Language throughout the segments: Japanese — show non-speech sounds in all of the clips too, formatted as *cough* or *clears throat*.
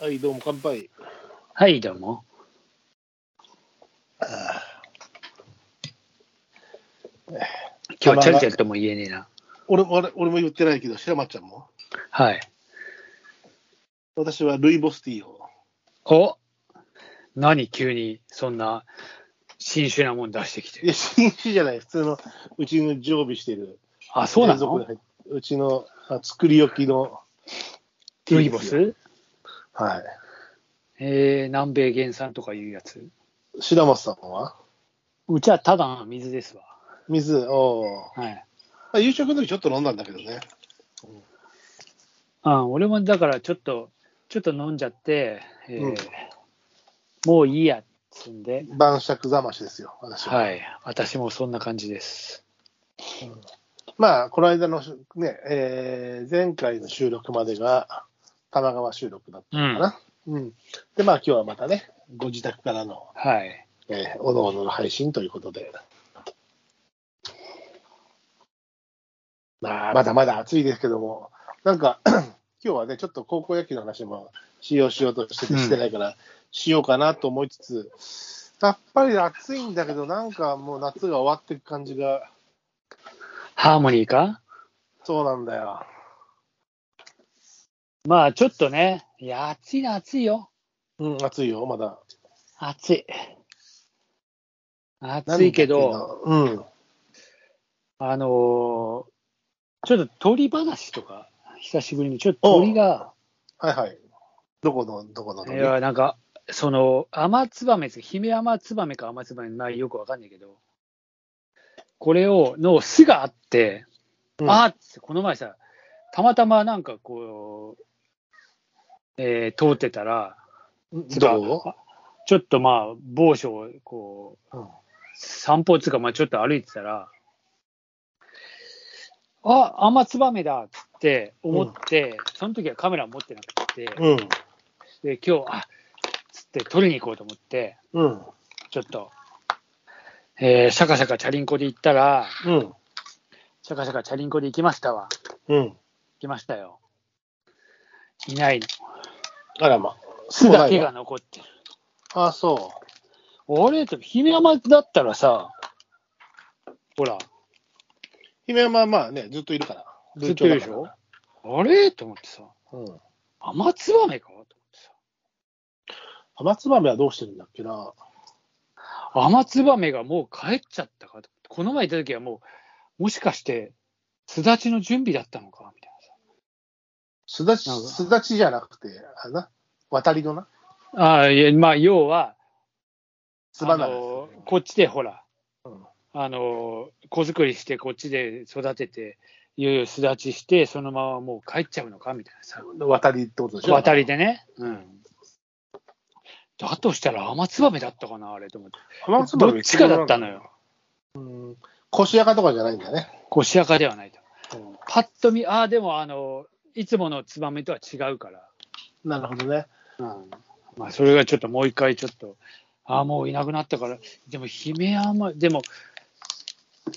はい、どうも乾杯。はい、どうも。今日はチャルチャルとも言えねえな。俺も、あれ俺も言ってないけど、白松ちゃんも。はい。私はルイボスティーを。お何急にそんな新種なもん出してきいて。や、新種じゃない、普通の、うちの常備してる。あ、そうな冷蔵庫にの入っうちのあ作り置きの。ルイボスはい。えー、南米原産とかいうやつ。白松さんはうちはただの水ですわ。水、おーはい。まあ、夕食の時ちょっと飲んだんだけどね。あ俺もだからちょっと、ちょっと飲んじゃって、えーうんもういいやっつんで、晩酌ざましですよ、私は。はい。私もそんな感じです。まあ、この間のし、ね、えー前回の収録までが、玉川収録だったうかん。はな。うん。で、まあ、今日はまたね、ご自宅からの、い。えー、おのおのの配信ということで。まあ、まだまだ暑いですけども、なんか、 *clears throat* 今日はね、ちょっと高校野球の話もしようしようとしててうんしてないから、しようかなと思いつつ、やっぱり暑いんだけど、なんかもう夏が終わっていく感じが、ハーモニーかそうなんだよ。まあちょっとね、いや、暑いな、暑いよ。うん、暑いよ、まだ。暑い。暑いけど、なんだけど、あのーちょっと鳥話とか、久しぶりに、ちょっと鳥が、うん、はいはい。どこの、どこのい鳥や、なんか、その、アマツバメです、ヒメアマツバメかアマツバメ、まあよくわかんないけど、これを、の巣があって、うんあーっつって、この前さ、たまたまなんかこう、えー通ってたら、どこちょっとまあ、某所をこう、うん散歩っつうか、まあ、ちょっと歩いてたら、あ、アマツバメだって思って、その時はカメラ持ってなくて、うん。で、今日、あつって撮りに行こうと思って、うん。ちょっと、えーシャカシャカチャリンコで行ったら、うん。シャカシャカチャリンコで行きましたわ。うん。行きましたよ。いないの。あらま。巣だけもうながい残ってる。わ。あ、そあれって、姫山だったらさ、ほら、う。姫山はまあね、ずっといるから。ずっといるでしょあれと思ってさ、うん。アマツバメかと思ってハマツバメはどうしてるんだっけな。さ、アマツバメがもう帰っちゃったかと思って。この前行った時はもう、もしかして、巣立ちの準備だったのかみたいすだち、なんかすだちじゃなくて、あれな、渡りのな、なさ。ああ、いや、まあ、要は、つばあならのこっちでほら、うんあの、子作りして、こっちで育てて、いよいよ巣立ちして、そのままもう帰っちゃうのかみたいなさ。渡りってことでしょ。渡り。でね。うん。だとしたら、アマツバメだったかな、あれと思って。ハマツバメどっちかだったのよ。うん。腰赤とかじゃないんだね。腰垢ではないと。うんパッと見、ああ、でもあの、いつものツバメとは違うから、なるほどね。まあ、それがちょっともう一回ちょっと、ああ、もういなくなったから、でも、姫山、でも、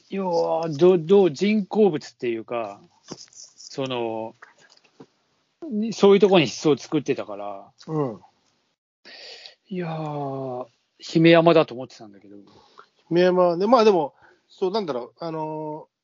要はどどう人工物っていうか、その、にそういうところに室を作ってたから、うん。いやー、姫山だと思ってたんだけど、姫山はね、まあでも、そうなんだろう、あのー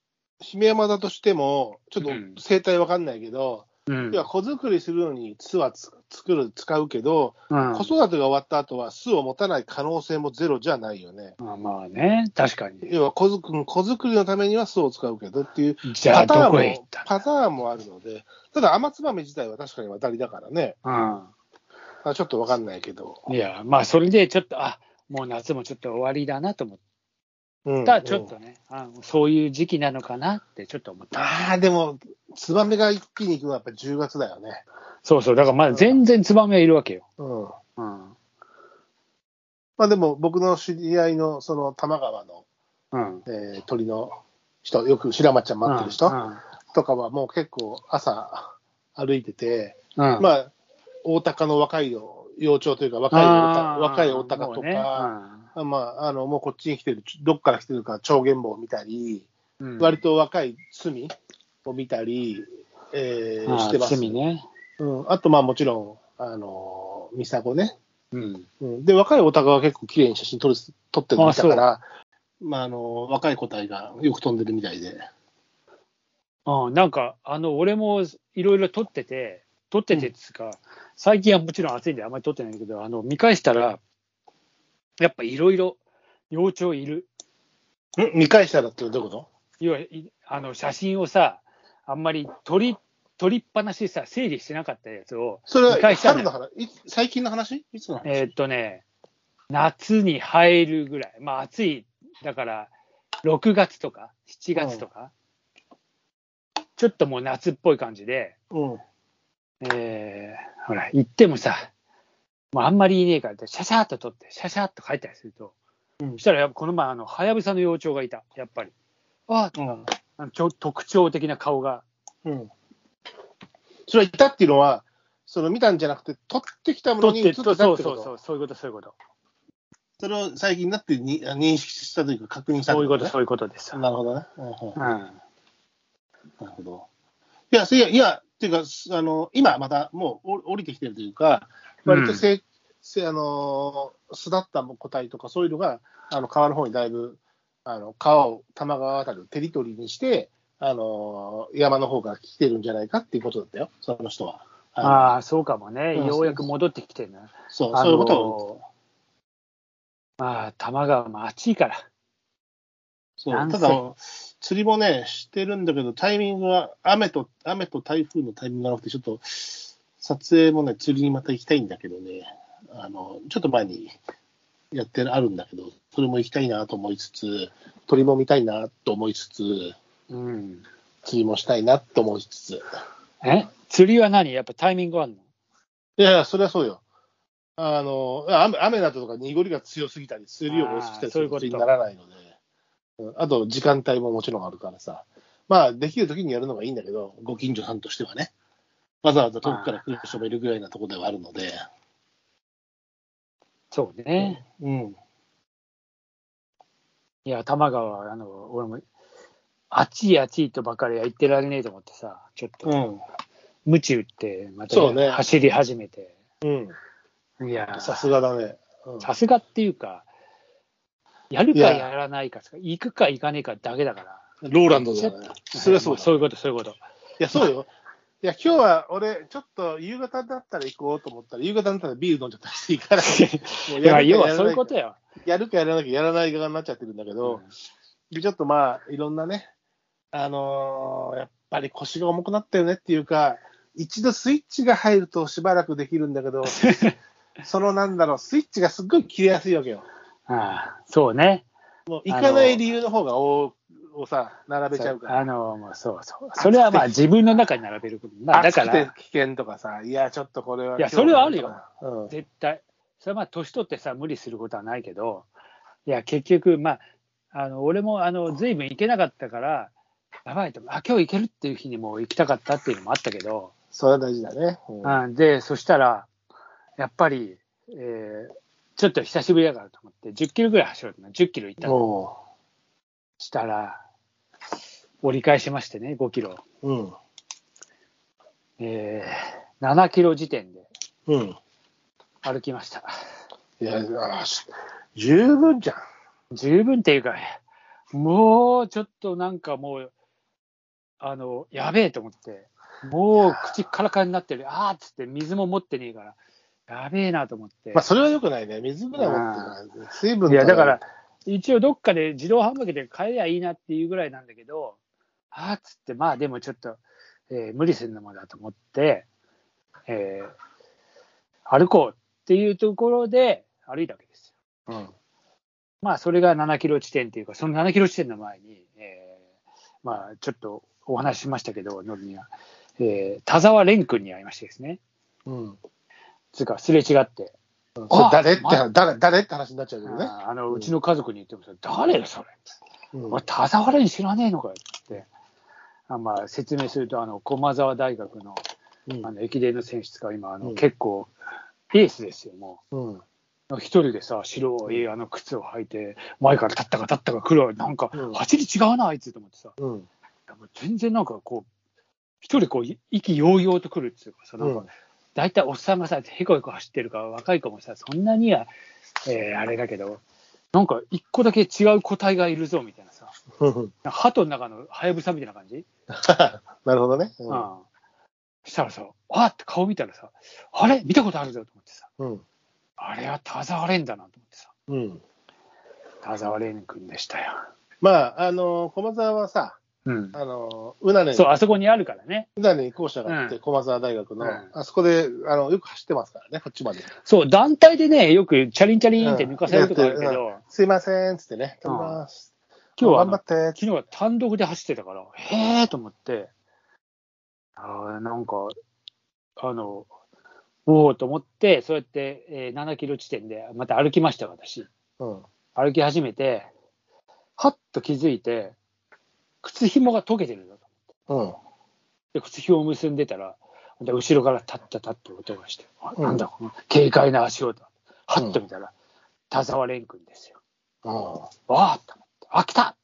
姫山だとしても、ちょっとうん生態わかんないけど、うんいや、子作りするのに巣はつ作る、使うけど、うん子育てが終わった後は巣を持たない可能性もゼロじゃないよね。まあまあね、確かに。要は子作り子作りのためには巣を使うけどっていうじゃあ、パターどンこへ行っもたパターンもあるので、ただ、アマツバメ自体は確かに渡りだからね、うんあちょっとわかんないけど。いや、まあ、それでちょっと、あもう夏もちょっと終わりだなと思うんったら、ちょっとね、あそういう時期なのかなってちょっと思った。ああ、でも、ツバメが一気に行くのはやっぱり10月だよね。そうそう、だからまだ全然ツバメはいるわけよ。うん。うん。まあでも僕の知り合いのその多摩川の、うん。えー鳥の人、よく白松ちゃん待ってる人うん。とかはもう結構朝歩いてて、うん、まあ大鷹の若いよ幼鳥というか若い大鷹あー若い大鷹とか、もうねまああのもうこっちに来てる、どっから来てるか超原棒を見たり、うん、割と若い罪を見たり、えーあーしてます。罪ね。うん、あとまあもちろん、あのミサゴね。うん。うん、で、若いオタクは結構綺麗に写真撮る撮ってるの見たから、まあ、あの、若い個体がよく飛んでるみたいで。うん、なんか、あの、俺もいろいろ撮ってて、撮っててっつうか、最近はもちろん暑いんであんまり撮ってないんだけど、あの、見返したら、やっぱいろいろ、幼鳥いる。ん見返したらってどういうこ要は、いあの、写真をさ、あんまり撮り、撮りっぱなしでさ、整理してなかったやつを、とそれは見返した春ねの話いつ最近の話いつの話、えーっとね、夏に入るぐらい、まあ暑い、だから、6月とか7月とか、ちょっともう夏っぽい感じで、うん。えーほら、行ってもさ、もうあんまりいねえからって、シャシャーっと撮って、シャシャーっと帰ったりすると、うんそしたらやっぱこの前、あの、はやぶさの幼鳥がいた、やっぱり。あうん。あのちょ特徴的な顔が。うん。それはいたっていうのは、その見たんじゃなくて、撮ってきたも撮のっにて、撮そってうたそっうてことそう、そういうこと、そういうこと。それを最近になってにあ認識したというか、確認したそうということ、ねそういうことです。なるほどね。うんうんうん。なるほど。いや、そういや、いや、っていうか、すあの、今またもうお降りてきてるというか、割とせ、せあのー、巣立った個体とかそういうのが、あの、川の方にだいぶ、あの、川を、多摩川あたりをテリトリーにして、あのー、山の方から来てるんじゃないかっていうことだったよ、その人は。あのああ、そうかもね。うんようやく戻ってきてるな。そう、そういうことを、を。まあ、多摩川も暑いから。そなう、んたせだ、釣りもね、してるんだけど、タイミングは、雨と、雨と台風のタイミングがなくて、ちょっと、撮影もね、釣りにまた行きたいんだけどね、あの、ちょっと前にやってる、あるんだけど、それも行きたいなと思いつつ、鳥も見たいなと思いつつ、うん。釣りもしたいなと思いつつ。え釣りは何やっぱタイミングあるのいやいや、それはそうよ。あの、雨雨だとか濁りが強すぎたり、水量が薄くたりすあーそういるうこと釣りにならないので、うんあと時間帯ももちろんあるからさ、まあ、できる時にやるのがいいんだけど、ご近所さんとしてはね、わざわざ遠くから来る人もいるぐらいなところではあるので、そうね。うん、いや、多摩川は、あの、俺も、暑い暑いとばかりは言ってられねえと思ってさ、ちょっうと、ん、無知打って、また、そうね走り始めて。ういや、ん、ささすがだね。うんすがっていうか、やるかいややらないか、行くか行かねえかだけだから。ローランドだね。それはそうまあだそういうこと、そういうこと。いや、そうよ。いや、今日は俺、ちょっと夕方だったら行こうと思ったら、夕方だったらビール飲んじゃったりしていい *laughs* から、もういるや、か要はそういうかことよ。やるかやらなきゃやらない側になっちゃってるんだけど、でちょっとまあ、いろんなね、あのーやっぱり腰が重くなったよねっていうか、一度スイッチが入るとしばらくできるんだ *laughs* けど、そのなんだろう、スイッチがすっごい切れやすいわけよ。ああそうね。もう行かない理由の方が多をさ、並べちゃうから。あの、もうそうそう。それはまあ自分の中に並べること。まあだか暑ら、くて危険とかさ、いや、ちょっとこれは。いやそれはあるようん。絶対、それはまあ年取ってさ、無理することはないけど、いや、結局、まあ、あの俺もあの随分行けなかったから、やばいと、あ、今日行けるっていう日にもう行きたかったっていうのもあったけど、それは大事だね。うんうん、で、そしたら、やっぱり、えーちょっと久しぶりだからと思って、10キロぐらい走ろうと思って10キロ行ったの。おしたら、折り返しましてね、5キロ。ううん。えー、7キロ時点でうん。歩きました。いや、あし十分じゃん。十分っていうか、もうちょっとなんかもう、あの、やべえと思って、もう口カラカラになってる、あーっつって水も持ってねえから、やべえなと思って。まあ、それは良くないね。水ぐらい持ってない。水分いや、とだから、一応どっかで自動販売機で買えりゃいいなっていうぐらいなんだけど、あーっつって、まあでもちょっと、えー無理するのもだと思って、えー歩こうっていうところで歩いたわけですよ。うん。まあ、それが7キロ地点というか、その7キロ地点の前に、えーまあ、ちょっとお話ししましたけど、ノルには、えー田沢蓮君に会いましてですね、うん。つうか、すれ違って、それ誰って、ま誰、誰って話になっちゃうけどね。あーあのうんうちの家族に言ってもさ、誰だそれ、うんお前田沢蓮知らねえのかよって、あまあ、説明すると、あの駒沢大学のうんあの駅伝の選手とか、今あの、うん結構、エースですよ、もう。うん一人でさ、白いあの靴を履いて、前から立ったか立ったか黒い、なんかうん走り違うな、あいつと思ってさ、うん。いやもう全然なんかこう、一人こう、い意気揚々と来るっていうかさ、なんか、大体おっさんがさ、へこへこ走ってるから、若い子もさ、そんなには、えーあれだけど、なんか一個だけ違う個体がいるぞ、みたいなさ。なんか鳩の中のハヤブサみたいな感じ、 *laughs* なるほどね。うん、したらさ、わーって顔見たらさ、あれ見たことあるぞと思ってさ、うん。あれは田沢蓮だなと思ってさ、うん。田沢蓮君でしたよ。まあ、あの、駒沢はさ、うん。あの、うなね、そう、あそこにあるからね。うなねに校舎があって、うん駒沢大学の、うんあそこで、あの、よく走ってますからね、こっちまで。そう、団体でね、よくチャリンチャリンって抜かされるとこあるけど、うんすいません、つってね、うん飛びます。今日はあ頑の張って、昨日は単独で走ってたから、へーと思って、あーなんか、あの、おおと思って、そうやって、えー7キロ地点でまた歩きましたよ、私。うん。歩き始めて、はっと気づいて、靴紐が溶けてるんだと。うん。で、靴紐を結んでたら、で後ろからタッタタッと音がして、あうんなんだ、この軽快な足音。はっと見たら、田沢蓮君ですよ。うわーっと思って、あ、来た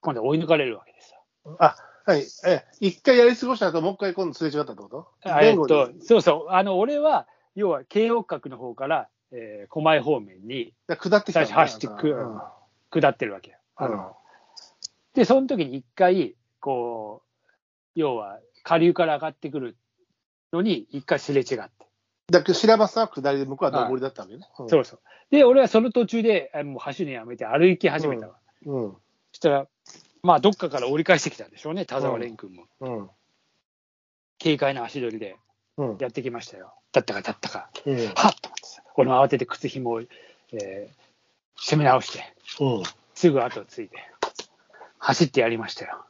今度追い抜かれるわけですよ。ん。あ、はい。え、一回やり過ごした後、もう一回今度すれ違ったってことえっと前後に、そうそう、あの、俺は、要は、京北角の方から、えー、狛江方面にで下ってきたのね最初走ってくうん下ってるわけよ。あので、その時に一回、こう、要は、下流から上がってくるのに、一回すれ違って。だけど、白バスは下りで、向こうは上りだったわけね。うんそうそう。で、俺はその途中で、あもう走るのやめて歩き始めたわ。うん。そしたら、まあ、どっかから折り返してきたんでしょうね、田沢蓮君も。うん。軽快な足取りでうん。やってきましたよ。だったか、だったか。うん。はっと思ってさ、俺も慌てて靴紐を、えー、締め直して。うん。すぐ後をついて、走ってやりましたよ。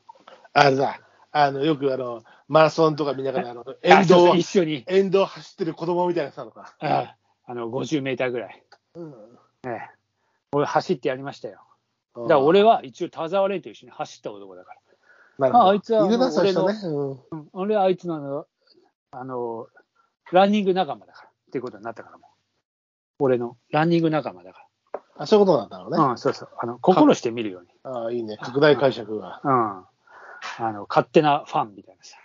あれだ、あの、よくあの、マラソンとか見ながら、あの、沿道あそうそうを、一緒に、沿道を走ってる子供みたいなさのか。ああの50メーターぐらい、うん。ええ俺、走ってやりましたよ。だから俺は一応、田沢蓮と一緒に走った男だかなら、るあほど、あいつは犬だもうそうしたね。うんうん俺はあいつのあのあのランニング仲間だからっていうことになったからもう、俺のランニング仲間だかあ、そういうことなんだろうねら、。うん、そうそうあの、心して見るように、ああ、いいね。拡大解釈が。うん、あの勝手なファンみたいなさ。